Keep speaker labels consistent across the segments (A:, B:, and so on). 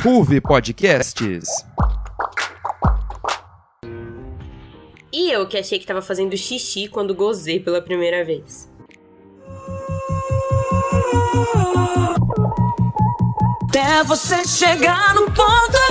A: Ruve Podcasts.
B: E eu que achei que tava fazendo xixi quando gozei pela primeira vez.
C: Até você chegar no ponto.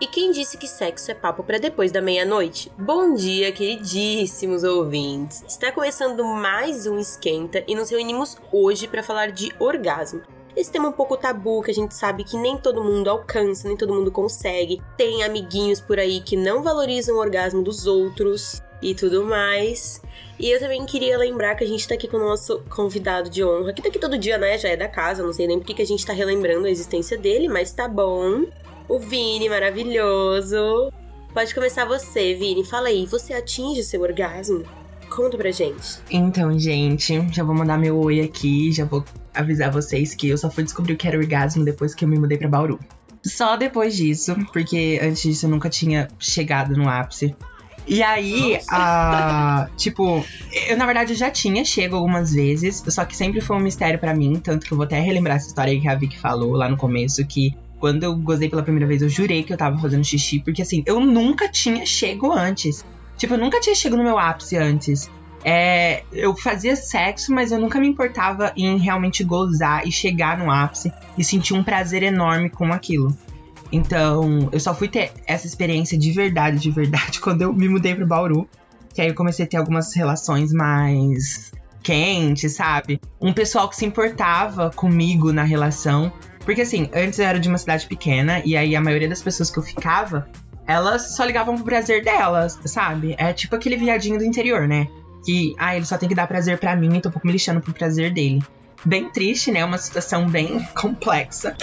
B: E quem disse que sexo é papo pra depois da meia-noite? Bom dia, queridíssimos ouvintes! Está começando mais um Esquenta e nos reunimos hoje para falar de orgasmo. Esse tema um pouco tabu, que a gente sabe que nem todo mundo alcança, nem todo mundo consegue. Tem amiguinhos por aí que não valorizam o orgasmo dos outros e tudo mais. E eu também queria lembrar que a gente tá aqui com o nosso convidado de honra, que tá aqui todo dia, né? Já é da casa, não sei nem por que que a gente tá relembrando a existência dele, mas tá bom. O Vini, maravilhoso. Pode começar você, Vini. Fala aí, você atinge o seu orgasmo? Conta pra gente.
D: Então, gente, já vou mandar meu oi aqui, já vou avisar vocês que eu só fui descobrir o que era orgasmo depois que eu me mudei pra Bauru. Só depois disso, porque antes disso eu nunca tinha chegado no ápice. E aí, a, tipo, eu na verdade eu já tinha chego algumas vezes, só que sempre foi um mistério pra mim, tanto que eu vou até relembrar essa história que a Vicky falou lá no começo, que quando eu gozei pela primeira vez, eu jurei que eu tava fazendo xixi, porque assim, eu nunca tinha chego antes. Tipo, eu nunca tinha chego no meu ápice antes. É, eu fazia sexo, mas eu nunca me importava em realmente gozar e chegar no ápice e sentir um prazer enorme com aquilo. Então, eu só fui ter essa experiência de verdade, de verdade, quando eu me mudei pro Bauru. Que aí eu comecei a ter algumas relações mais quentes, sabe? Um pessoal que se importava comigo na relação. Porque assim, antes eu era de uma cidade pequena, e aí a maioria das pessoas que eu ficava, elas só ligavam pro prazer delas, sabe? É tipo aquele viadinho do interior, né? que ah, ele só tem que dar prazer pra mim, eu tô um pouco me lixando pro prazer dele. Bem triste, né? Uma situação bem complexa.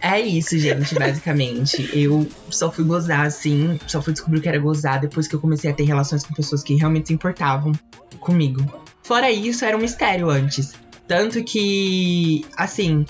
D: é isso, gente, basicamente. Eu só fui gozar assim, só fui descobrir que era gozar depois que eu comecei a ter relações com pessoas que realmente se importavam comigo. Fora isso, era um mistério antes. Tanto que, assim,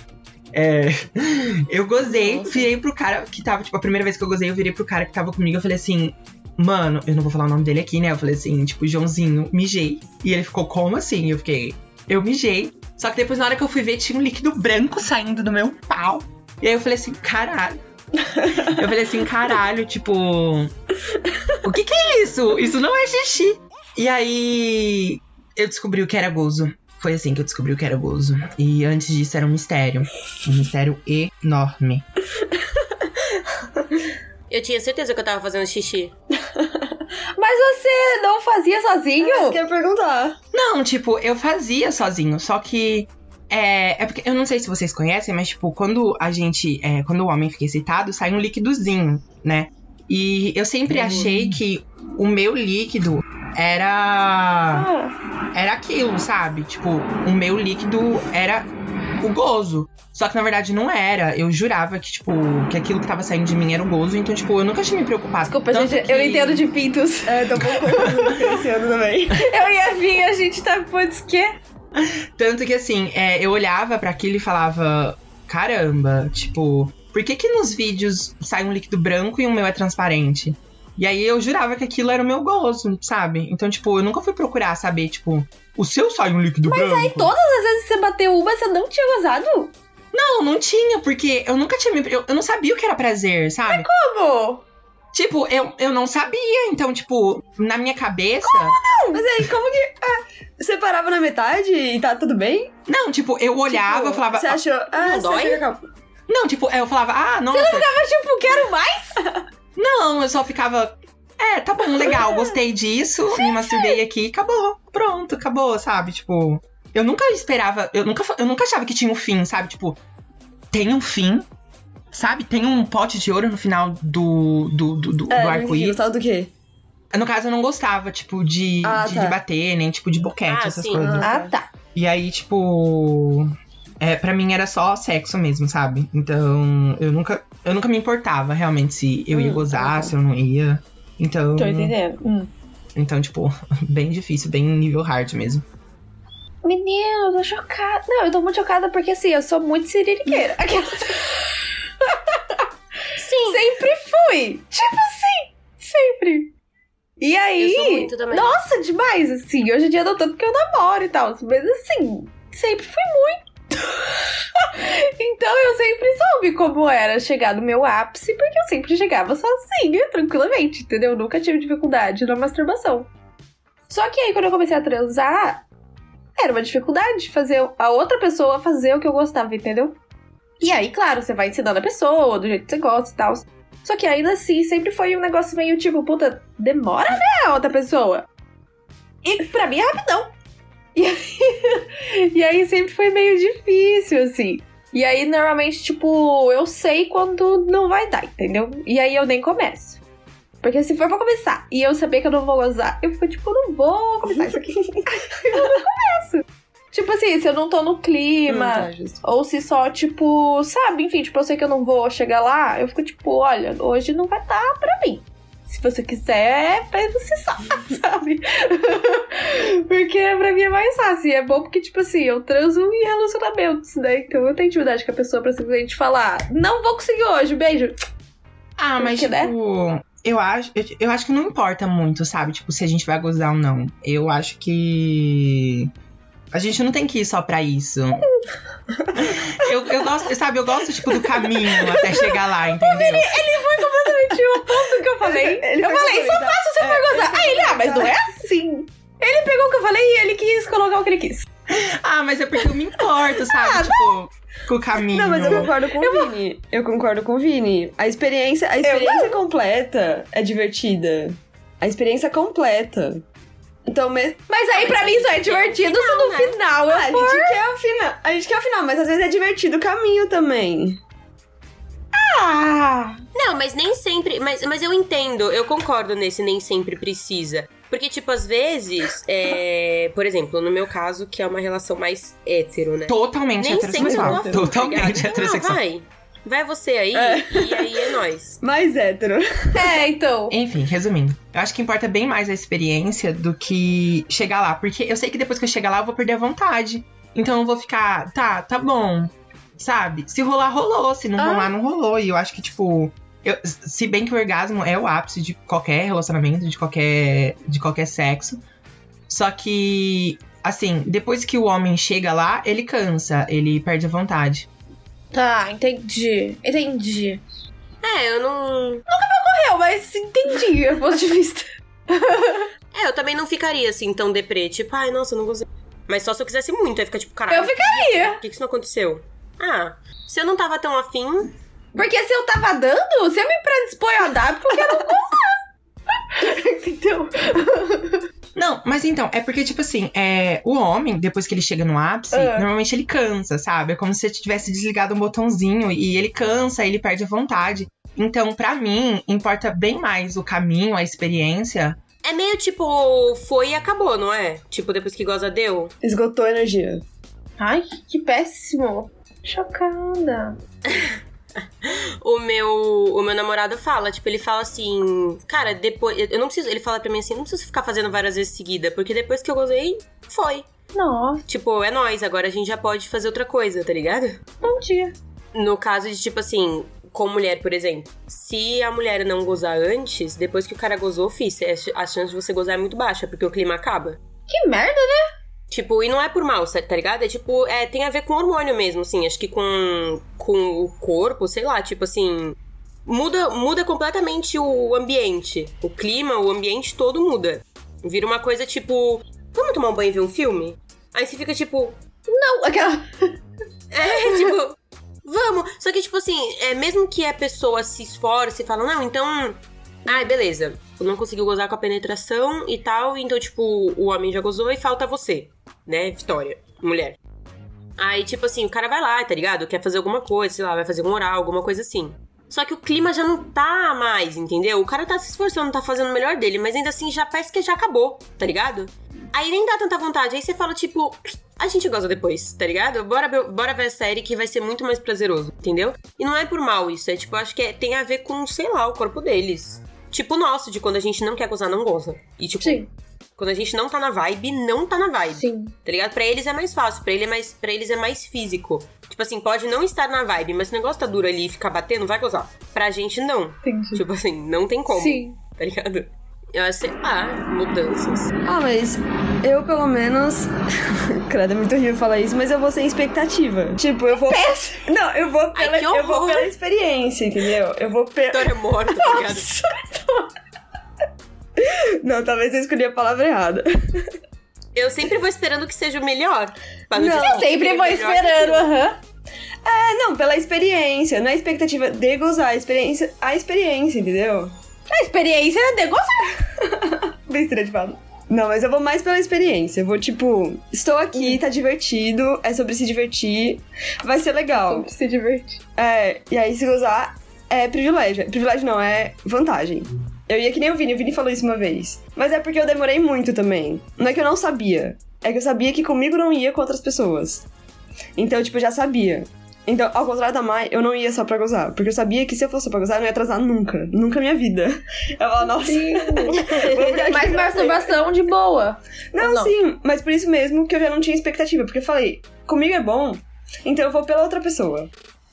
D: é, eu gozei, virei pro cara que tava, tipo, a primeira vez que eu gozei, eu virei pro cara que tava comigo, eu falei assim, mano, eu não vou falar o nome dele aqui, né? Eu falei assim, tipo, Joãozinho, mijei. E ele ficou, como assim? Eu fiquei, eu mijei. Só que depois, na hora que eu fui ver, tinha um líquido branco saindo do meu pau. E aí eu falei assim, caralho. eu falei assim, caralho, tipo, o que que é isso? Isso não é xixi. E aí eu descobri o que era gozo. Foi assim que eu descobri o que era gozo. E antes disso era um mistério. Um mistério enorme.
B: Eu tinha certeza que eu tava fazendo xixi.
E: Mas você não fazia sozinho?
F: Quer perguntar?
D: Não, tipo, eu fazia sozinho, só que. É, é porque eu não sei se vocês conhecem, mas tipo, quando a gente. é, quando o homem fica excitado, sai um líquidozinho, né? E eu sempre achei que o meu líquido era.
E: Ah,
D: Era aquilo, sabe? Tipo, o meu líquido era o gozo. Só que na verdade não era. Eu jurava que, tipo, que aquilo que tava saindo de mim era o gozo. Então, tipo, eu nunca tinha me preocupado.
E: desculpa,
D: Tanto
E: gente,
D: que-
E: eu não entendo de pintos.
F: É, tô um pouco esse ano também.
E: Eu ia vir, a gente tá. Putz, quê?
D: Tanto que assim, é, eu olhava pra aquilo e falava: caramba, tipo, por que que nos vídeos sai um líquido branco e o meu é transparente? E aí eu jurava que aquilo era o meu gozo, sabe? Então, tipo, eu nunca fui procurar saber, tipo, o seu sai um líquido branco. Mas aí
E: Todas as vezes que você bateu uma, você não tinha gozado?
D: Não, não tinha, porque eu nunca tinha me. Eu, eu não sabia o que era prazer, sabe?
E: Como?
D: Tipo, eu, eu não sabia. Então, tipo, na minha cabeça.
F: Mas aí, como que. Ah, você parava na metade e tá tudo bem?
D: Não, tipo, eu olhava,
F: Tipo,
D: eu falava.
F: Você achou. Ah,
B: Não
F: você
B: dói?
F: achou que acabou.
D: Não, tipo, eu falava, ah, nossa.
E: Mas tipo, quero mais?
D: Não, eu só ficava. É, tá bom, legal, gostei disso, me masturbei aqui, acabou, pronto, acabou, sabe? Tipo, eu nunca esperava, eu nunca, eu nunca achava que tinha um fim, sabe? Tipo, tem um fim, sabe? Tem um pote de ouro no final do, do, do, do- do
F: não
D: arco-íris.
F: sabe É, do quê?
D: No caso, eu não gostava, tipo, de,
F: Ah,
D: de,
F: tá.
D: de bater, nem tipo de boquete,
B: Ah,
D: essas
B: sim.
D: coisas.
E: Ah, tá.
D: E aí, tipo. É, pra mim era só sexo mesmo, sabe? Então, eu nunca, eu nunca me importava realmente se eu ia
E: Hum,
D: gozar, se eu não ia. Então,
E: Tô entendendo. Hum.
D: então, tipo, bem difícil, bem nível hard mesmo.
E: Menino, eu tô chocada. Não, eu tô muito chocada porque assim, eu sou muito siririqueira. Aquela-
B: Sim.
E: Sempre fui. Tipo assim, sempre. E aí.
B: Eu sou muito também.
E: Nossa, demais, assim. Hoje em dia eu não tanto porque eu namoro e tal. Mas assim, sempre fui muito. então eu sempre soube como era chegar no meu ápice, porque eu sempre chegava sozinha, tranquilamente, entendeu? Eu nunca tive dificuldade na masturbação. Só que aí quando eu comecei a transar, era uma dificuldade de fazer a outra pessoa fazer o que eu gostava, entendeu? E aí, claro, você vai ensinando a pessoa, do jeito que você gosta e tal. Só que ainda assim, sempre foi um negócio meio tipo, puta, demora, né, a outra pessoa? E pra mim é rapidão. E aí, e aí sempre foi meio difícil, assim. E aí, normalmente, tipo, eu sei quando não vai dar, entendeu? E aí eu nem começo. Porque se for pra começar e eu saber que eu não vou gozar, eu fico tipo, eu não vou começar isso aqui. eu não começo. Tipo assim, se eu não tô no clima,
F: tá, justo.
E: ou se só, tipo, sabe, enfim, tipo, eu sei que eu não vou chegar lá, eu fico tipo, olha, hoje não vai dar pra mim. Se você quiser, aí você sabe, sabe? porque pra mim é mais fácil. E é bom porque, tipo assim, eu transo em relacionamentos, né? Então eu tenho intimidade com a pessoa pra simplesmente falar, não vou conseguir hoje, beijo.
D: Ah, mas
E: Porque, né?
D: tipo, eu acho, eu, eu acho que não importa muito, sabe? Tipo, se a gente vai gozar ou não. Eu acho que a gente não tem que ir só pra isso. eu, eu gosto, sabe, eu gosto, tipo, do caminho até chegar lá, entendeu?
E: Tinha um ponto que eu falei.
F: Ele
E: eu
F: foi
E: falei, só
F: complementar.
E: faço se eu for gozar. Aí ele, ah, mas não é assim. Ele pegou o que eu falei e ele quis colocar o que ele quis.
D: Ah, mas é porque eu me importo, sabe? tipo, com o caminho.
F: Ah, Não, mas eu concordo com o Vini. Eu concordo com o Vini. A experiência, a experiência completa é divertida. A experiência completa. Então, mesmo.
E: Mas aí, pra mim, isso é divertido se no final Ah, eu
F: a
E: for.
F: gente quer o final. A gente quer o final, mas às vezes é divertido o caminho também.
E: Ah!
B: Não, mas nem sempre. Mas, mas eu entendo, eu concordo nesse nem sempre precisa. Porque, tipo, às vezes, é, por exemplo, no meu caso, que é uma relação mais hétero, né?
D: Totalmente
B: nem sempre eu tô
D: heterossexual.
B: afim, tá
D: Totalmente
B: ligado?
D: heterossexual.
B: Ah, vai. Vai você aí,
F: É.
B: e aí é nós.
F: Mais hétero.
E: É, então.
D: Enfim, resumindo, eu acho que importa bem mais a experiência do que chegar lá, porque eu sei que depois que eu chegar lá eu vou perder a vontade. Então eu vou ficar, tá, tá bom, sabe? Se rolar, rolou, se não
F: Ah.
D: rolar, não rolou. E eu acho que, tipo, eu- se bem que o orgasmo é o ápice de qualquer relacionamento, de qualquer, de qualquer sexo, só que, assim, depois que o homem chega lá, ele cansa, ele perde a vontade.
E: Tá, entendi. Entendi.
B: É, eu não.
E: Não, mas entendi, é ponto de vista.
B: É, eu também não ficaria assim tão deprê, tipo, ai, nossa, eu não gostei. Mas só se eu quisesse muito, aí fica tipo, caralho.
E: Eu ficaria.
B: Por que, que isso não aconteceu? Ah, se eu não tava tão afim.
E: Porque se eu tava dando, se eu me predisponho a dar, é porque eu não gozar. Entendeu?
D: Não, mas então, é porque, tipo assim, é, o homem, depois que ele chega no ápice,
E: Ah.
D: normalmente ele cansa, sabe? É como se você tivesse desligado um botãozinho e ele cansa, ele perde a vontade. Então, pra mim, importa bem mais o caminho, a experiência.
B: É meio tipo, foi e acabou, não é? Tipo, depois que goza deu.
F: Esgotou a energia.
E: Ai, que péssimo. Chocada.
B: O meu, o meu namorado fala, tipo, ele fala assim, cara, depois. Eu não preciso. Ele fala pra mim assim, eu não preciso ficar fazendo várias vezes seguida, porque depois que eu gozei, foi.
E: Nossa,
B: Tipo, é nóis, agora a gente já pode fazer outra coisa, tá ligado?
E: bom dia.
B: No caso de, tipo assim, com mulher, por exemplo. Se a mulher não gozar antes, depois que o cara gozou, fi, cê- a chance de você gozar é muito baixa, porque o clima acaba.
E: Que merda.
B: Tipo, e não é por mal, cê- tá ligado? É tipo, é, tem a ver com hormônio mesmo, assim. Acho que com, com o corpo, sei lá, tipo assim. Muda, muda completamente o ambiente. O clima, o ambiente todo muda. Vira uma coisa tipo. Vamos tomar um banho e ver um filme? Aí você fica tipo.
E: Não, aquela.
B: É, tipo, vamos. Só que, tipo assim, é, mesmo que a pessoa se esforce e fala, não, então. Ai, beleza. Não conseguiu gozar com a penetração e tal. Então, tipo, o homem já gozou e falta você, né? Vitória, mulher. Aí, tipo assim, o cara vai lá, tá ligado? Quer fazer alguma coisa, sei lá, vai fazer um oral, alguma coisa assim. Só que o clima já não tá mais, entendeu? O cara tá se esforçando, tá fazendo o melhor dele, mas ainda assim já parece que já acabou, tá ligado? Aí nem dá tanta vontade. Aí você fala, tipo, a gente goza depois, tá ligado? Bora, be- bora ver a série que vai ser muito mais prazeroso, entendeu? E não é por mal isso, é tipo, eu acho que é- tem a ver com, sei lá, o corpo deles. Tipo o nosso, de quando a gente não quer gozar, não goza. E tipo,
E: Sim,
B: quando a gente não tá na vibe, não tá na vibe.
E: sim.
B: Tá ligado? Pra eles é mais fácil, pra, ele é mais, pra eles é mais físico. Tipo assim, pode não estar na vibe, mas se o negócio tá duro ali e ficar batendo, vai gozar. Pra gente, não.
E: Entendi.
B: Tipo assim, não tem como,
E: Sim.
B: tá ligado? Eu acho, sei lá, mudanças.
F: Ah, mas eu pelo menos. Credo, é muito horrível falar isso, mas eu vou sem expectativa. Tipo, eu vou. Não, eu vou
B: Ai,
F: pela,
B: que
F: eu vou
B: horror.
F: pela experiência, entendeu? Eu vou pela.
B: História morta, tá ligado?
F: Não, talvez eu escolhi a palavra errada.
B: Eu sempre vou esperando que seja o melhor. Pra
F: Não,
B: dizer
F: eu
B: que
E: Sempre
B: seja
E: vou
B: melhor que
E: esperando, aham.
F: É, não, pela experiência. Não é a expectativa de gozar, é a experiência. A experiência, entendeu?
E: A experiência é de gozar.
F: Besteira de falar. Não, mas eu vou mais pela experiência. Eu vou, tipo, estou aqui, tá divertido, é sobre se divertir, vai ser legal.
E: Como se divertir.
F: É, e aí se gozar é privilégio. Privilégio não, é vantagem. Eu ia que nem o Vini, o Vini falou isso uma vez. Mas é porque eu demorei muito também. Não é que eu não sabia. É que eu sabia que comigo não ia com outras pessoas. Então, tipo, eu já sabia. Então, ao contrário da Mai, eu não ia só pra gozar. Porque eu sabia que se eu fosse só pra gozar, eu não ia atrasar nunca. Nunca na minha vida. Eu falava, nossa. vou ficar aqui
E: Mas
F: pra sempre.
E: é masturbação de boa.
F: Não,
E: Ou não?
F: sim, mas por isso mesmo que eu já não tinha expectativa, porque eu falei, comigo é bom, então eu vou pela outra pessoa.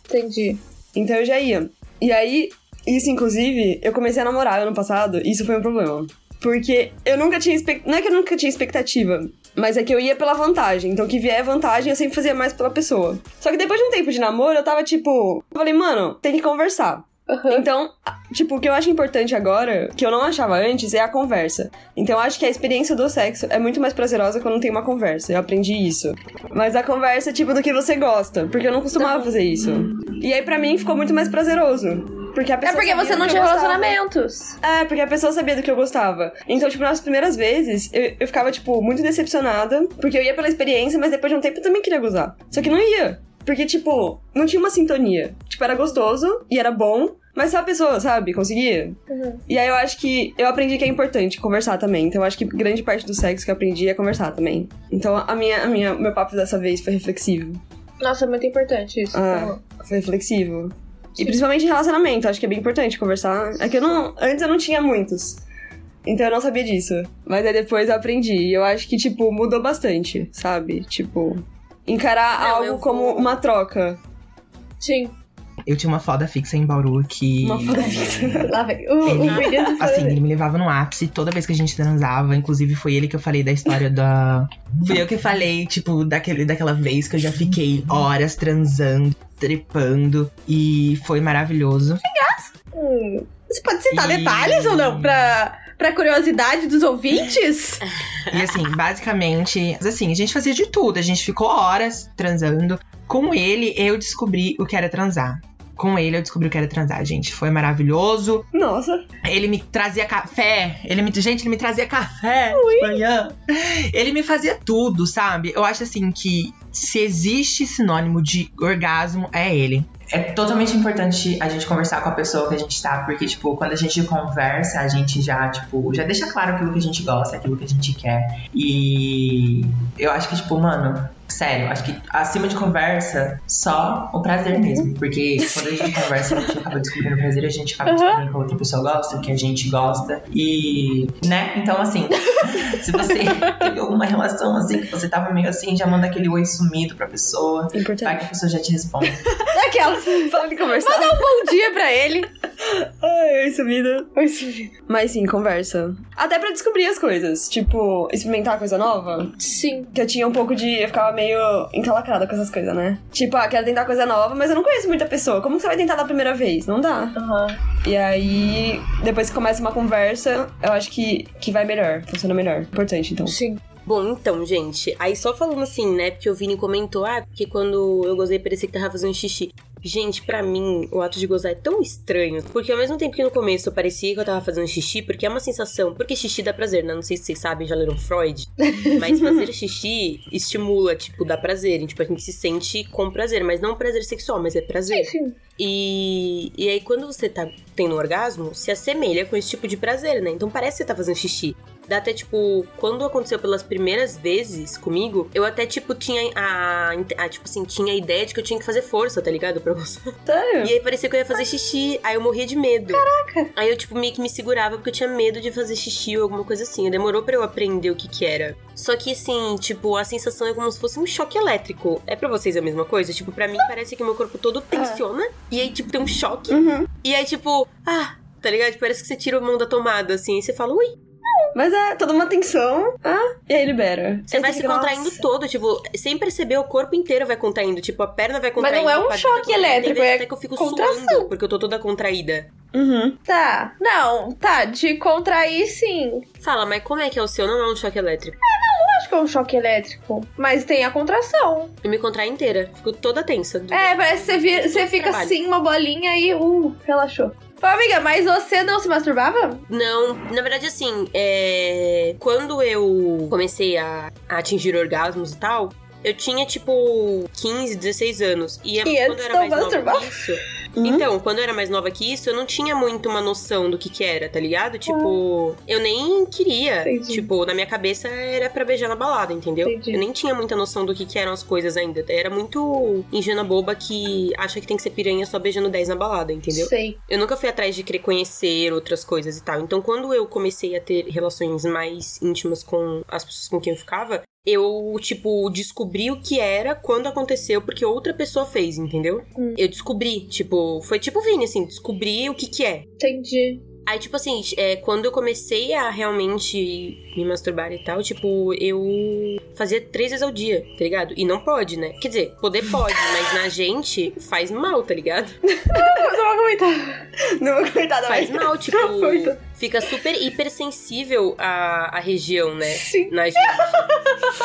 E: Entendi.
F: Então eu já ia. E aí, isso inclusive, eu comecei a namorar ano passado, e isso foi um problema. Porque eu nunca tinha expectativa. Não é que eu nunca tinha expectativa, mas é que eu ia pela vantagem. Então, o que vier é vantagem, eu sempre fazia mais pela pessoa. Só que depois de um tempo de namoro, eu tava tipo. Eu falei, mano, tem que conversar.
E: Aham.
F: Então, a- tipo, o que eu acho importante agora, que eu não achava antes, é a conversa. Então, eu acho que a experiência do sexo é muito mais prazerosa quando tem uma conversa. Eu aprendi isso. Mas a conversa, tipo, do que você gosta. Porque eu não costumava fazer isso. E aí, pra mim, ficou muito mais prazeroso. Porque a
E: É
F: pessoa
E: porque
F: sabia
E: você
F: do
E: não
F: que
E: tinha
F: eu gostava.
E: relacionamentos.
F: É, porque a pessoa sabia do que eu gostava. Então, tipo, nas primeiras vezes, eu, eu ficava, tipo, muito decepcionada, porque eu ia pela experiência, mas depois de um tempo eu também queria gozar. Só que não ia. Porque, tipo, não tinha uma sintonia. Tipo, era gostoso e era bom, mas só a pessoa, sabe? Conseguia. E aí eu acho que eu aprendi que é importante conversar também. Então eu acho que grande parte do sexo que eu aprendi é conversar também. Então a minha, a minha, meu papo dessa vez foi reflexivo.
E: Nossa, é muito importante isso. Tá
F: Ah, foi reflexivo. E principalmente em relacionamento, acho que é bem importante conversar. É que eu não. Antes eu não tinha muitos. Então eu não sabia disso. Mas aí depois eu aprendi. E eu acho que, tipo, mudou bastante, sabe? Tipo, encarar
B: Não, eu
F: algo
B: vou-
F: como uma troca.
E: Sim.
D: Eu tinha uma foda fixa em Bauru que.
F: Uma foda fixa.
E: Lá vem. O, o vídeo do
D: Assim, ele me levava no ápice toda vez que a gente transava. Inclusive, foi ele que eu falei da história da. Fui eu que falei, tipo, daquele, daquela vez que eu já fiquei horas transando, trepando. E foi maravilhoso.
E: Hum, Você pode citar
D: E-
E: detalhes ou não? Pra, pra curiosidade dos ouvintes?
D: E assim, basicamente, assim, a gente fazia de tudo. A gente ficou horas transando. Com ele, eu descobri o que era transar. Com ele, eu descobri o que era transar, gente. Foi maravilhoso.
F: Nossa.
D: Ele me trazia café. Ele me, gente, ele me trazia café de manhã. Ele me fazia tudo, sabe? Eu acho assim que se existe sinônimo de orgasmo, é ele. É totalmente importante a gente conversar com a pessoa que a gente tá, porque, tipo, quando a gente conversa, a gente já, tipo, já deixa claro aquilo que a gente gosta, aquilo que a gente quer. E eu acho que, tipo, mano, sério, acho que acima de conversa, só o prazer mesmo. Porque quando a gente conversa, a gente acaba descobrindo o prazer, a gente acaba
E: Uhum.
D: descobrindo o que a outra pessoa gosta, o que a gente gosta. E, né? Então, assim, se você teve alguma relação assim, que você tava meio assim, já manda aquele oi sumido pra pessoa. Vai
F: Importante. É
D: que a pessoa já te responde.
E: Daquela.
F: Falando em conversar.
E: Bom dia pra ele.
F: Ai, sumida.
E: Oi, Silvia.
F: Mas sim, conversa. Até pra descobrir as coisas. Tipo, experimentar coisa nova.
E: Sim.
F: Que eu tinha um pouco de. Eu ficava meio encalacrada com essas coisas, né? Tipo, ah, quero tentar coisa nova, mas eu não conheço muita pessoa. Como que você vai tentar da primeira vez? Não dá.
E: Aham.
F: E aí, depois que começa uma conversa, eu acho que, que vai melhor, funciona melhor. Importante, então.
E: Sim.
B: Bom, então, gente, aí só falando assim, né? Porque o Vini comentou, ah, porque quando eu gozei parecia que tava fazendo xixi. Gente, pra mim, o ato de gozar é tão estranho. Porque ao mesmo tempo que no começo eu parecia que eu tava fazendo xixi, porque é uma sensação. Porque xixi dá prazer, né? Não sei se vocês sabem, já leram Freud. Mas fazer xixi estimula, tipo, dá prazer. E, tipo, a gente se sente com prazer. Mas não prazer sexual, mas é prazer.
E: Sim.
B: E, e aí, quando você tá tendo um orgasmo, se assemelha com esse tipo de prazer, né? Então parece que você tá fazendo xixi. Dá até, tipo, quando aconteceu pelas primeiras vezes comigo, eu até, tipo, tinha a, a- tipo assim, tinha a ideia de que eu tinha que fazer força, tá ligado? Pra você.
F: Sério?
B: E aí parecia que eu ia fazer xixi, aí eu morria de medo. Caraca! Aí eu, tipo, meio que me segurava porque eu tinha medo de fazer xixi ou alguma coisa assim. Demorou pra eu aprender o que que era. Só que, assim, tipo, a sensação é como se fosse um choque elétrico. É pra vocês a mesma coisa? Tipo, pra mim parece que meu corpo todo tensiona e aí, tipo, tem um choque.
F: Uhum.
B: E aí, tipo, ah, tá ligado? Parece que você tira a mão da tomada, assim, e você fala, ui.
F: Mas é toda uma tensão. Ah, e aí libera.
B: Você
F: Aí
B: vai se
F: fica,
B: contraindo
F: nossa.
B: todo, tipo, sem perceber, o corpo inteiro vai contraindo. Tipo, a perna vai contraindo.
E: não é
B: o
E: um
B: quadril vai
E: choque
B: contraindo, tem
E: elétrico,
B: vezes
E: é
B: até que eu fico
E: contração.
B: suando, porque eu tô toda contraída.
F: Uhum.
E: Tá, não, tá, de contrair sim.
B: Fala, mas como é que é o seu? Não é um choque elétrico.
E: Acho que é um choque elétrico, mas tem a contração.
B: Eu me contrai inteira. Fico toda tensa. Do-
E: É, parece que você, vira- você fica
B: Trabalho.
E: assim, uma bolinha e uh, relaxou. Ô, amiga, mas você não se masturbava?
B: Não, na verdade, assim, é... quando eu comecei a, a atingir orgasmos e tal, eu tinha, tipo, 15, 16 anos. E, é-
E: E antes
B: quando eu era
E: não Hum?
B: mais nova
E: masturbava.
B: que isso... Então, quando eu era mais nova que isso, eu não tinha muito uma noção do que que era, tá ligado? Tipo, eu nem queria.
E: Hum. Entendi.
B: Tipo, na minha cabeça era pra beijar na balada, entendeu?
E: Entendi.
B: Eu nem tinha muita noção do que que eram as coisas ainda. Era muito ingênua boba que acha que tem que ser piranha só beijando 10 na balada, entendeu?
E: Sei.
B: Eu nunca fui atrás de querer conhecer outras coisas e tal. Então, quando eu comecei a ter relações mais íntimas com as pessoas com quem eu ficava, eu, tipo, descobri o que era quando aconteceu, porque outra pessoa fez, entendeu? Eu descobri, tipo, foi tipo Vini, assim, descobri o que que é.
E: Entendi.
B: Aí, tipo assim, é, quando eu comecei a realmente me masturbar e tal, tipo, eu fazia três vezes ao dia, tá ligado? E não pode, né? Quer dizer, poder pode, mas na gente faz mal, tá ligado?
E: Eu só vou comentar.
F: Não vou comentar da
B: Faz mal, tipo,
F: tá.
E: Coitado.
B: fica super hipersensível a, a região, né?
E: Sim.
B: Na gente.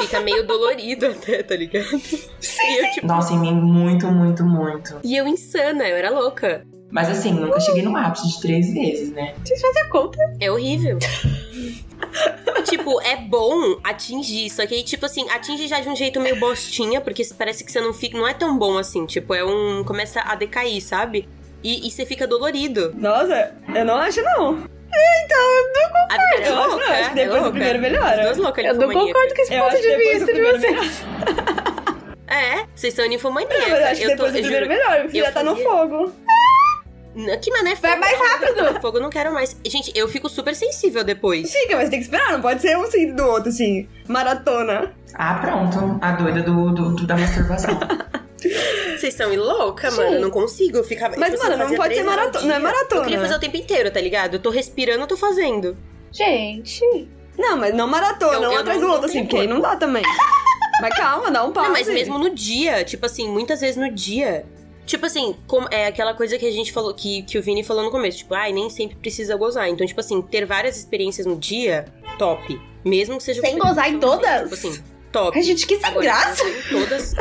B: Fica meio dolorido até, tá ligado? E eu, tipo,
D: Nossa, em mim, muito, muito, muito.
B: e eu insana, eu era louca.
D: Mas assim, nunca cheguei no ápice de três vezes, né?
E: Você conta?
B: É horrível. tipo, é bom atingir, só que aí, tipo assim, atinge já de um jeito meio bostinha, porque parece que você não fica. Não é tão bom assim, tipo, é um. Começa a decair, sabe? E, e você fica dolorido.
F: Nossa, eu não acho, não.
B: É, então, A Vitória é
F: Eu acho,
B: louca,
F: não. Acho que
B: é
F: depois do
B: louca.
F: primeiro melhora.
B: As duas loucas
E: Eu não
B: ninfomaníacas.
E: concordo com esse
F: Eu
E: ponto
F: acho que
E: de
F: depois do
E: vista de
F: primeiro
E: você.
F: melhora.
B: É, vocês são
F: Não, mas eu
B: ninfomaníacas.
F: acho que depois do primeiro
B: juro-
F: melhor, porque
B: eu
F: já tá no
B: fazia.
F: fogo.
B: Não, Que mané
E: Vai
B: fogo.
E: mais rápido.
B: Fogo eu não quero mais. Gente, eu fico super sensível depois.
F: Fica, mas tem que esperar, não pode ser um seguido do outro, assim. Maratona.
D: Ah, pronto. A doida do, do- do- da masturbação.
B: Vocês são louca, mano.
E: Sim.
B: Eu não consigo. Eu ficava.
F: Mas,
B: tipo, assim,
F: mano,
B: eu
F: não
B: fazia
F: pode
B: três
F: ser
B: horas ao
F: maratona. Não é
B: dia. Eu queria fazer
F: maratona.
B: o tempo inteiro, tá ligado? Eu tô respirando, eu tô fazendo.
E: Gente.
F: Não, mas não maratona,
B: Eu-
F: um
B: eu
F: atrás
B: não-
F: do outro,
B: não tenho
F: assim, porque aí não dá também. mas calma, dá um pause.
B: Não, mas mesmo no dia, tipo assim, muitas vezes no dia. Tipo assim, como- é aquela coisa que a gente falou, que, que o Vini falou no começo, tipo, ai, nem sempre precisa gozar. Então, tipo assim, ter várias experiências no dia, top. Mesmo que seja. com
E: Sem
B: pessoas
E: gozar em
B: diferentes,
E: todas?
B: Tipo assim, top.
E: A gente que sem
B: Agora,
E: Tá graça.
B: gozar em Todas.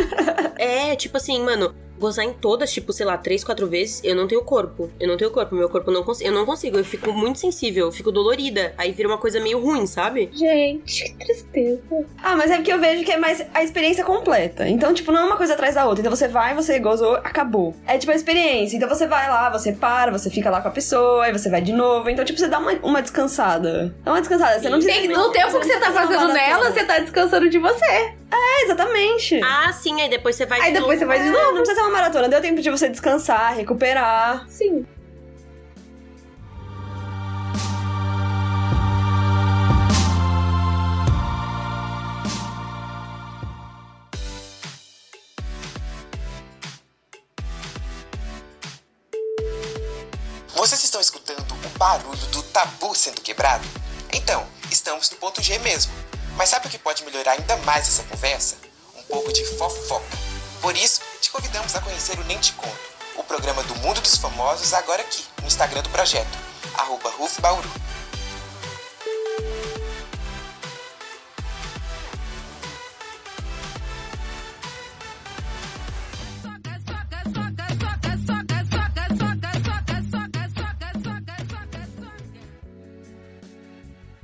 B: é, tipo assim, mano, gozar em todas, tipo, sei lá, três, quatro vezes, eu não tenho corpo. Eu não tenho corpo, meu corpo não consegue. Eu não consigo, eu fico muito sensível, eu fico dolorida. Aí vira uma coisa meio ruim, sabe?
E: Gente, que tristeza.
F: Ah, mas é porque eu vejo que é mais a experiência completa. Então, tipo, não é uma coisa atrás da outra. Então você vai, você gozou, acabou. É tipo a experiência. Então você vai lá, você para, você fica lá com a pessoa, aí você vai de novo. Então, tipo, você dá uma, uma descansada. Dá uma descansada. Você não precisa.
E: Tem,
B: um
E: no tempo que você tá fazendo nela, você tá descansando de você.
F: É, exatamente.
B: Ah, sim, aí depois você vai.
E: Aí
B: de
E: depois você
B: novo.
E: vai de
F: É,
E: novo.
F: não precisa ser uma maratona, deu tempo de você descansar, recuperar.
E: Sim.
G: Vocês estão escutando o barulho do tabu sendo quebrado? Então, estamos no ponto G mesmo. Mas sabe o que pode melhorar ainda mais essa conversa? Um pouco de fofoca. Por isso, te convidamos a conhecer o Nem Te Conto, o programa do Mundo dos Famosos agora aqui, no Instagram do projeto, arroba RufBauru.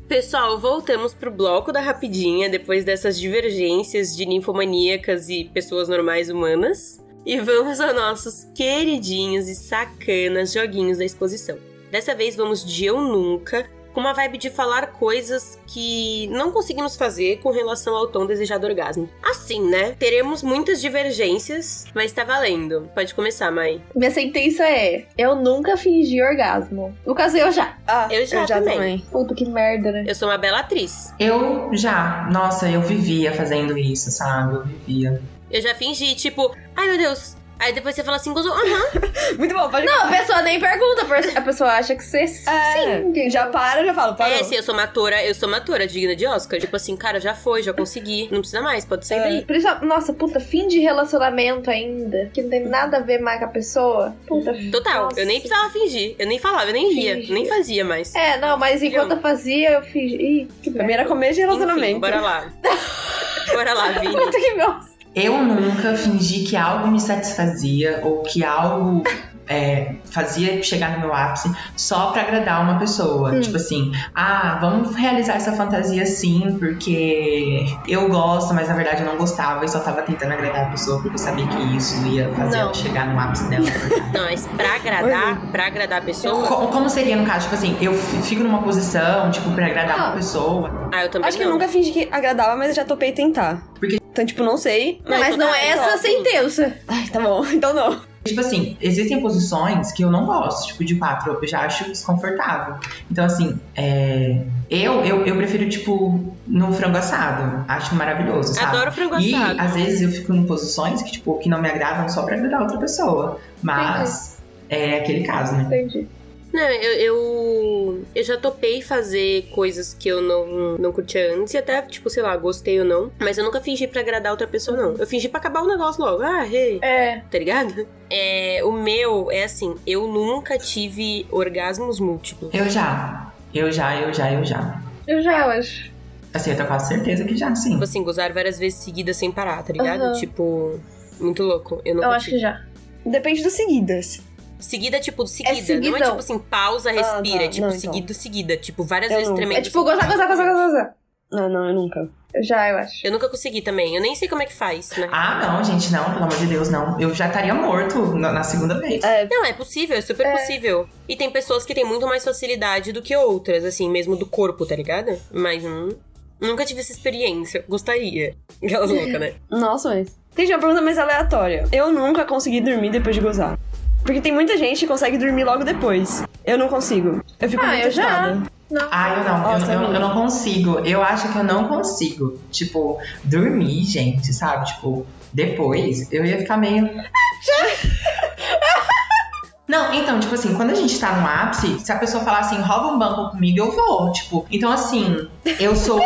B: Pessoal, voltamos pro bloco da rapidinha depois dessas divergências de ninfomaníacas e pessoas normais humanas. E vamos aos nossos queridinhos e sacanas joguinhos da exposição. Dessa vez vamos de Eu Nunca, com uma vibe de falar coisas que não conseguimos fazer com relação ao tom desejado orgasmo. Assim, né? Teremos muitas divergências, mas tá valendo. Pode começar, mãe.
E: Minha sentença é: eu nunca fingi orgasmo. No caso, eu já.
F: Ah,
B: Eu já também.
E: Puta que merda, né?
B: Eu sou uma bela atriz.
D: Eu já, nossa, eu vivia fazendo isso, sabe? Eu vivia.
B: Eu já fingi, tipo, ai meu Deus. Aí depois você fala assim, gozou. Aham.
F: Muito bom, pode
E: Não, a pessoa nem pergunta, a pessoa acha que você.
F: É,
E: Sim,
F: já para, já falo, parou.
B: É, assim, eu sou uma atora, eu sou uma atora digna de Oscar. Tipo assim, cara, já foi, já consegui. Não precisa mais, pode sair
F: É.
B: daí.
E: Precisa- Nossa, puta, fim de relacionamento ainda. Que não tem nada a ver mais com a pessoa. Puta.
B: Total,
E: Nossa.
B: eu nem precisava fingir. Eu nem falava, eu nem ria,
E: Fingia.
B: nem fazia mais.
E: É, não, mas enquanto eu fazia, eu fiz. Ih, que
F: Pra mim
E: merda.
F: era comer de
B: Enfim,
F: relacionamento.
B: bora lá. Bora lá, Vini.
E: Puta que merda.
D: Eu nunca fingi que algo me satisfazia ou que algo é, fazia chegar no meu ápice só pra agradar uma pessoa.
E: Hum.
D: Tipo assim, ah, vamos realizar essa fantasia sim, porque eu gosto, mas na verdade eu não gostava e só tava tentando agradar a pessoa porque eu sabia que isso ia fazer
E: Não.
D: ela chegar no ápice dela.
B: Não, mas pra agradar, pra agradar a
E: Então
B: pessoa.
D: Co- Como seria no caso, tipo assim, eu f- fico numa posição, tipo, pra agradar
E: Ah.
D: uma pessoa.
B: Ah, eu também
F: Acho que eu
B: não.
F: nunca fingi que agradava, mas eu já topei tentar.
D: Porque-
F: Então, tipo, não sei.
E: Não,
B: então-
E: mas não é essa a sentença.
F: Ai, tá bom, então não.
D: Tipo assim, existem posições que eu não gosto, tipo de quatro, eu já acho desconfortável. Então, assim, é, eu, eu, eu prefiro, tipo, no frango assado. Acho maravilhoso, sabe?
B: Adoro frango
D: E
B: assado.
D: às vezes eu fico em posições que, tipo, que não me agradam só pra agradar outra pessoa. Mas é aquele caso, né?
E: Entendi.
B: Não, eu, eu. eu já topei fazer coisas que eu não, não curtia antes e até, tipo, sei lá, gostei ou não. Mas eu nunca fingi pra agradar outra pessoa, não. Eu fingi pra acabar o negócio logo. Ah, hey.
E: É.
B: tá ligado? É, o meu é assim, eu nunca tive orgasmos múltiplos.
D: Eu já. Eu já, eu já, eu já.
E: Eu já acho.
D: Assim, eu tô quase certeza que já, sim.
B: Tipo assim, gozar várias vezes seguidas sem parar, tá ligado?
E: Aham.
B: Tipo, muito louco. Eu nunca
E: Eu acho
B: tive.
E: que já.
F: Depende dos seguidas.
B: Seguida, tipo, seguida. não é
E: seguidão.
B: tipo assim, pausa, respira.
F: tá.
B: É tipo,
F: Não, então.
B: seguido, seguida. Tipo, várias
F: Eu
B: vezes
F: não.
B: tremendo.
E: É tipo gozar, gozar, gozar, gozar, gozar.
F: Não, não, eu nunca.
E: Eu já, eu acho.
B: Eu nunca consegui também. Eu nem sei como é que faz, né?
D: Ah, não, gente, não, pelo amor de Deus, não. Eu já estaria morto na, na segunda vez.
F: É,
B: Não, é possível, é super
E: É.
B: possível. E tem pessoas que têm muito mais facilidade do que outras, assim, mesmo do corpo, tá ligado? Mas hum, nunca tive essa experiência. Gostaria. Aquelas loucas, né?
F: Nossa, mas. Tem uma pergunta mais aleatória. Eu nunca consegui dormir depois de gozar. Porque tem muita gente que consegue dormir logo depois. Eu não consigo. Eu fico
E: Ah,
F: muito
E: eu já.
F: irritada.
D: Ah, eu não, eu-
F: Nossa,
D: eu,
F: amiga.
D: eu não consigo. Eu acho que eu não consigo. Tipo, dormir, gente, sabe? Tipo, depois eu ia ficar meio. Não, então, tipo assim, quando a gente tá no ápice, se a pessoa falar assim, rouba um banco comigo, eu vou. Tipo, então assim, eu sou.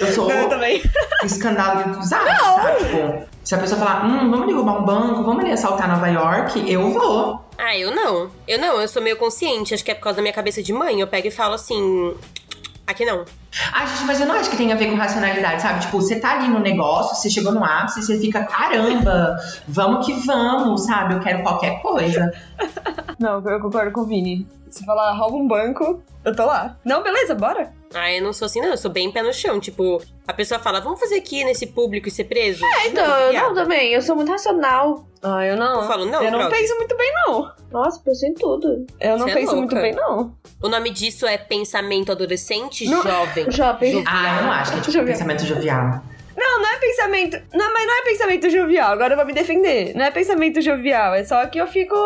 D: Eu sou um
F: Não, eu também.
D: escândalo dos ápices, sabe? Tipo, se a pessoa falar, hum, vamos ali roubar um banco, vamos ali assaltar Nova York, eu vou.
B: Ah, eu não. Eu não, eu sou meio consciente. Acho que é por causa da minha cabeça de mãe. Eu pego e falo assim. Aqui não.
D: Ah, gente, mas eu não acho que tem a ver com racionalidade, sabe? Tipo, você tá ali no negócio, você chegou no ápice, você fica, caramba, vamos que vamos, sabe? Eu quero qualquer coisa.
F: Não, eu concordo com o Vini. Se falar rouba um banco, eu tô lá. Não, beleza, bora.
B: Ah, eu não sou assim, não. Eu sou bem pé no chão. Tipo, a pessoa fala, vamos fazer aqui nesse público e ser preso? É,
E: Então, eu não também. Eu sou muito racional.
F: Ah, eu não.
B: Eu falo, não,
F: Eu não
B: droga.
F: penso muito bem, não.
E: Nossa, penso em tudo.
F: Eu não
B: Você é
F: penso
B: louca.
F: muito bem, não.
B: O nome disso é pensamento adolescente
F: Não.
B: jovem.
E: Jovem.
D: Ah, eu não acho que é tipo
F: Jovial.
D: pensamento jovial.
F: Não, não é pensamento. Não, mas não é pensamento jovial. Agora eu vou me defender. Não é pensamento jovial. É só que eu fico.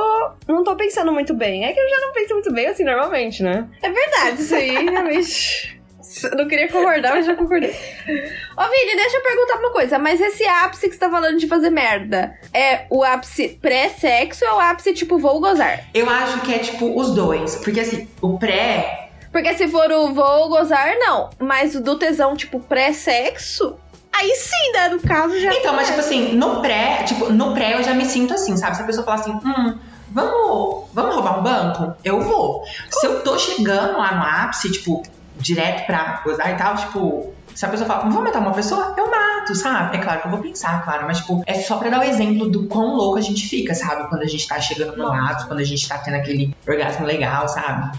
F: Não tô pensando muito bem. É que eu já não penso muito bem assim normalmente, né?
E: É verdade, isso aí, realmente. Eu não queria concordar, mas já concordei. Ô, Vini, deixa eu perguntar uma coisa. Mas esse ápice que você tá falando de fazer merda, é o ápice pré-sexo ou é o ápice tipo vou gozar?
D: Eu acho que é tipo os dois, porque assim, o pré.
E: Porque se for o vou gozar, não. Mas o do tesão, tipo, pré-sexo, aí sim, né? No caso, já.
D: Então, mas tipo assim, no pré, tipo, no pré eu já me sinto assim, sabe? Se a pessoa falar assim, hum. Vamos, vamos roubar um banco? Eu vou. Se eu tô chegando lá no ápice, tipo, direto pra gozar e tal, tipo, se a pessoa fala, vou matar uma pessoa, eu mato, sabe? É claro que eu vou pensar, claro, mas tipo, é só pra dar o exemplo do quão louco a gente fica, sabe? Quando a gente tá chegando no ápice, quando a gente tá tendo aquele orgasmo legal, sabe?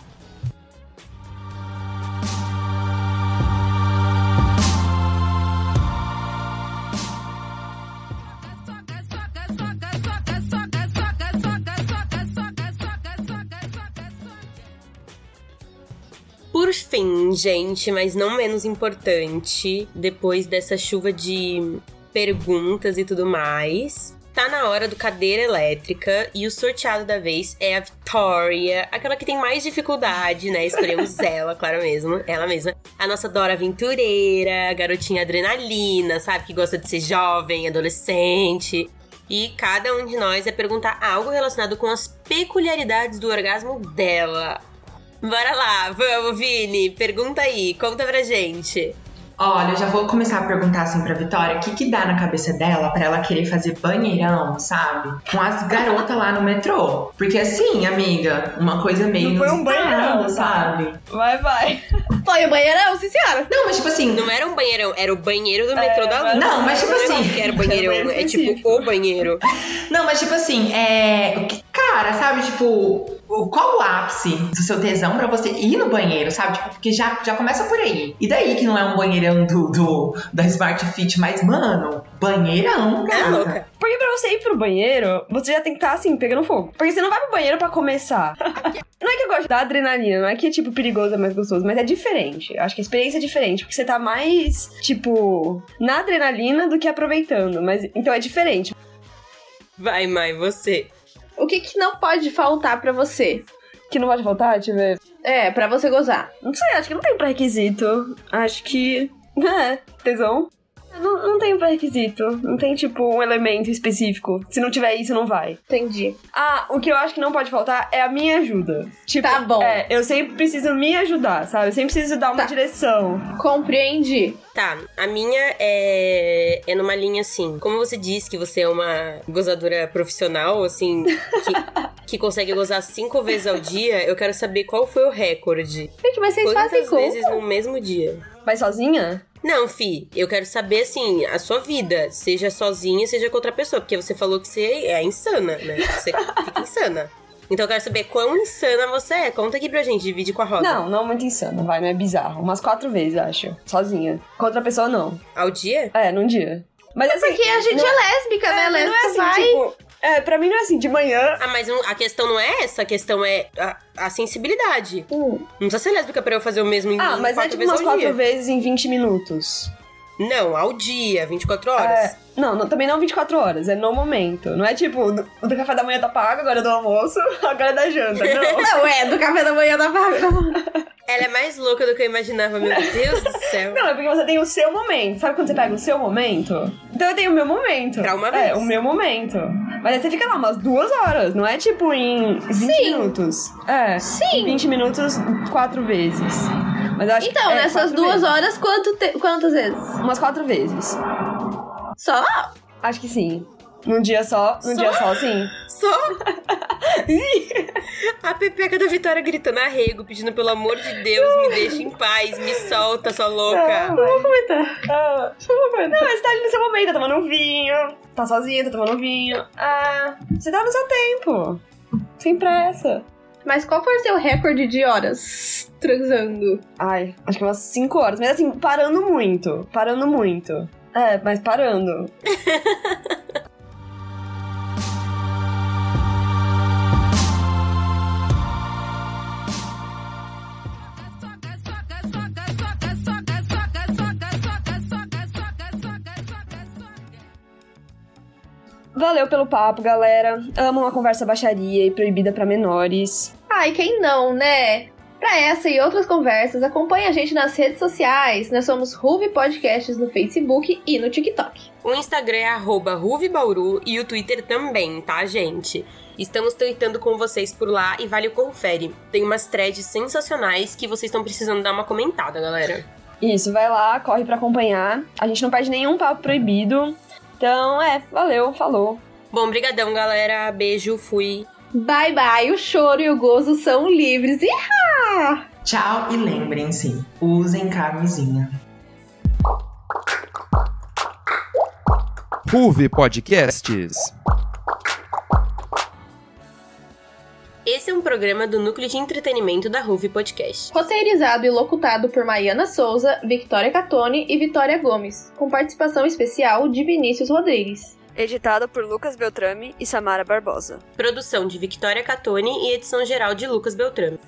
B: Por por fim, gente, mas não menos importante, depois dessa chuva de perguntas e tudo mais, tá na hora do cadeira elétrica e o sorteado da vez é a Victoria, aquela que tem mais dificuldade, né? Escolhemos ela, claro mesmo, ela mesma. A nossa Dora aventureira, garotinha adrenalina, sabe? Que gosta de ser jovem, adolescente. E cada um de nós vai perguntar algo relacionado com as peculiaridades do orgasmo dela. Bora lá, vamos, Vini. Pergunta aí, conta pra gente.
D: Olha, eu já vou começar a perguntar assim pra Vitória o que que dá na cabeça dela pra ela querer fazer banheirão, sabe? Com as garotas lá no metrô. Porque assim, amiga, uma coisa meio.
F: Não foi um banheirão,
D: inusitada, sabe?
F: Vai, vai.
E: Foi o banheirão, sim, senhora.
D: Não, mas tipo assim.
B: Não era um banheirão, era o banheiro do metrô da Lua.
F: mas-
D: Não, mas tipo
B: Não é
D: assim.
B: qualquer banheirão,
F: banheiro
B: é tipo
F: específico.
B: o banheiro.
D: Não, mas tipo assim, é. o que- Cara, sabe, tipo, o- qual o ápice do seu tesão pra você ir no banheiro, sabe? Tipo, porque já, já começa por aí. E daí que não é um banheirão do, do- da Smart Fit, mas, mano,
F: É
D: banheirão,
B: Tá
D: cara.
B: louca.
F: Porque pra você ir pro banheiro, você já tem que estar assim, pegando fogo. Porque você não vai pro banheiro pra começar. não é que eu gosto da adrenalina, não é que é tipo perigoso é mais gostoso, mas é diferente. Eu acho que a experiência é diferente, porque você tá mais, tipo, na adrenalina do que aproveitando. Mas então é diferente.
B: Vai, mãe, você.
E: O que que não pode faltar pra você?
F: Que não pode voltar, deixa eu ver.
E: É, pra você gozar.
F: Não sei, acho que não tem um pré-requisito. Acho que. É, tesão. Não, não tem um pré-requisito. Não tem, tipo, um elemento específico. Se não tiver isso, não vai.
E: Entendi.
F: Ah, o que eu acho que não pode faltar é a minha ajuda. Tipo,
E: Tá bom.
F: É, eu sempre preciso me ajudar, sabe? Eu sempre preciso dar uma
E: Tá.
F: direção.
E: Compreendi.
B: Tá, a minha é, é numa linha assim. Como você disse que você é uma gozadora profissional, assim, que, que consegue gozar cinco vezes ao dia, eu quero saber qual foi o recorde.
E: Gente, mas vocês fazem
B: Quantas
E: com?
B: vezes no mesmo dia?
F: Vai sozinha?
B: Não, Fi, eu quero saber, assim, a sua vida. Seja sozinha, seja com outra pessoa. Porque você falou que você é insana, né? Você fica insana. Então eu quero saber quão insana você é. Conta aqui pra gente, divide com a roda.
F: Não, não muito insano, vai, não é bizarro. Umas quatro vezes, acho. Sozinha. Com outra pessoa, não.
B: Ao dia?
F: É, num dia. Mas assim.
E: Porque a gente
F: não
E: é lésbica, né?
F: mas
E: Lésbica
F: não é assim,
E: vai.
F: tipo. É, pra mim não é assim, de manhã.
B: Ah, mas não- a questão não é essa, a questão é a, a sensibilidade.
E: Hum.
B: Não precisa ser lésbica pra eu fazer o mesmo em
F: Ah,
B: em
F: mas é
B: quatro
F: tipo
B: vezes
F: umas
B: ao dia.
F: quatro vezes em 20 minutos.
B: Não, ao dia, 24 horas.
F: É, não, não, também não 24 horas, é no momento. Não é tipo, o do, o do café da manhã tá pago, agora é do almoço, agora é da janta. Não.
E: Não, é, do café da manhã da vaga.
B: Ela é mais louca do que eu imaginava, meu Deus do céu.
F: Não, é porque você tem o seu momento. Sabe quando você pega o seu momento? Então eu tenho o meu momento.
B: Pra uma
F: É,
B: vez.
F: o meu momento. Mas aí você fica lá umas duas horas, não é tipo em 20
E: Sim.
F: minutos. É.
E: Sim.
F: 20 minutos quatro vezes. Mas eu acho
E: Então,
F: que é,
E: nessas
F: quatro
E: duas
F: vezes.
E: horas, quanto te- quantas vezes?
F: Umas quatro vezes.
E: Só?
F: Acho que sim. Num dia só, num
B: Só?
F: dia só, sim.
B: Só? a pepeca da Vitória gritando arrego, pedindo pelo amor de Deus, me deixa em paz, me solta, sua louca.
F: Ah, não, mas tá ali no seu momento, tá tomando um vinho. Tá sozinha, tá tomando um vinho. Ah, você tá no seu tempo. Sem pressa.
E: Mas qual foi o seu recorde de horas transando?
F: Ai, acho que umas 5 horas. Mas assim, parando muito. Parando muito. É, mas parando. Valeu pelo papo, galera. Amo uma conversa baixaria e proibida pra menores.
E: Ai, quem não, né? Pra essa e outras conversas, acompanhe a gente nas redes sociais. Nós somos Ruve Podcasts no Facebook e no TikTok.
B: O Instagram é arroba ruvibauru e o Twitter também, tá, gente? Estamos tweetando com vocês por lá e vale o confere. Tem umas threads sensacionais que vocês estão precisando dar uma comentada, galera.
F: Isso, vai lá, corre pra acompanhar. A gente não perde nenhum papo proibido. Então, é, valeu, falou.
B: Bom, brigadão, galera. Beijo, fui.
E: Bye bye, o choro e o gozo são livres. E
D: Tchau e lembrem-se, usem camisinha.
A: Ruve Podcasts.
B: Esse é um programa do Núcleo de Entretenimento da Ruve Podcast.
E: Roteirizado e locutado por Maiana Souza, Victoria Catone e Vitória Gomes, com participação especial de Vinícius Rodrigues.
F: Editado por Lucas Beltrame e Samara Barbosa.
B: Produção de Victoria Catone e edição geral de Lucas Beltrame.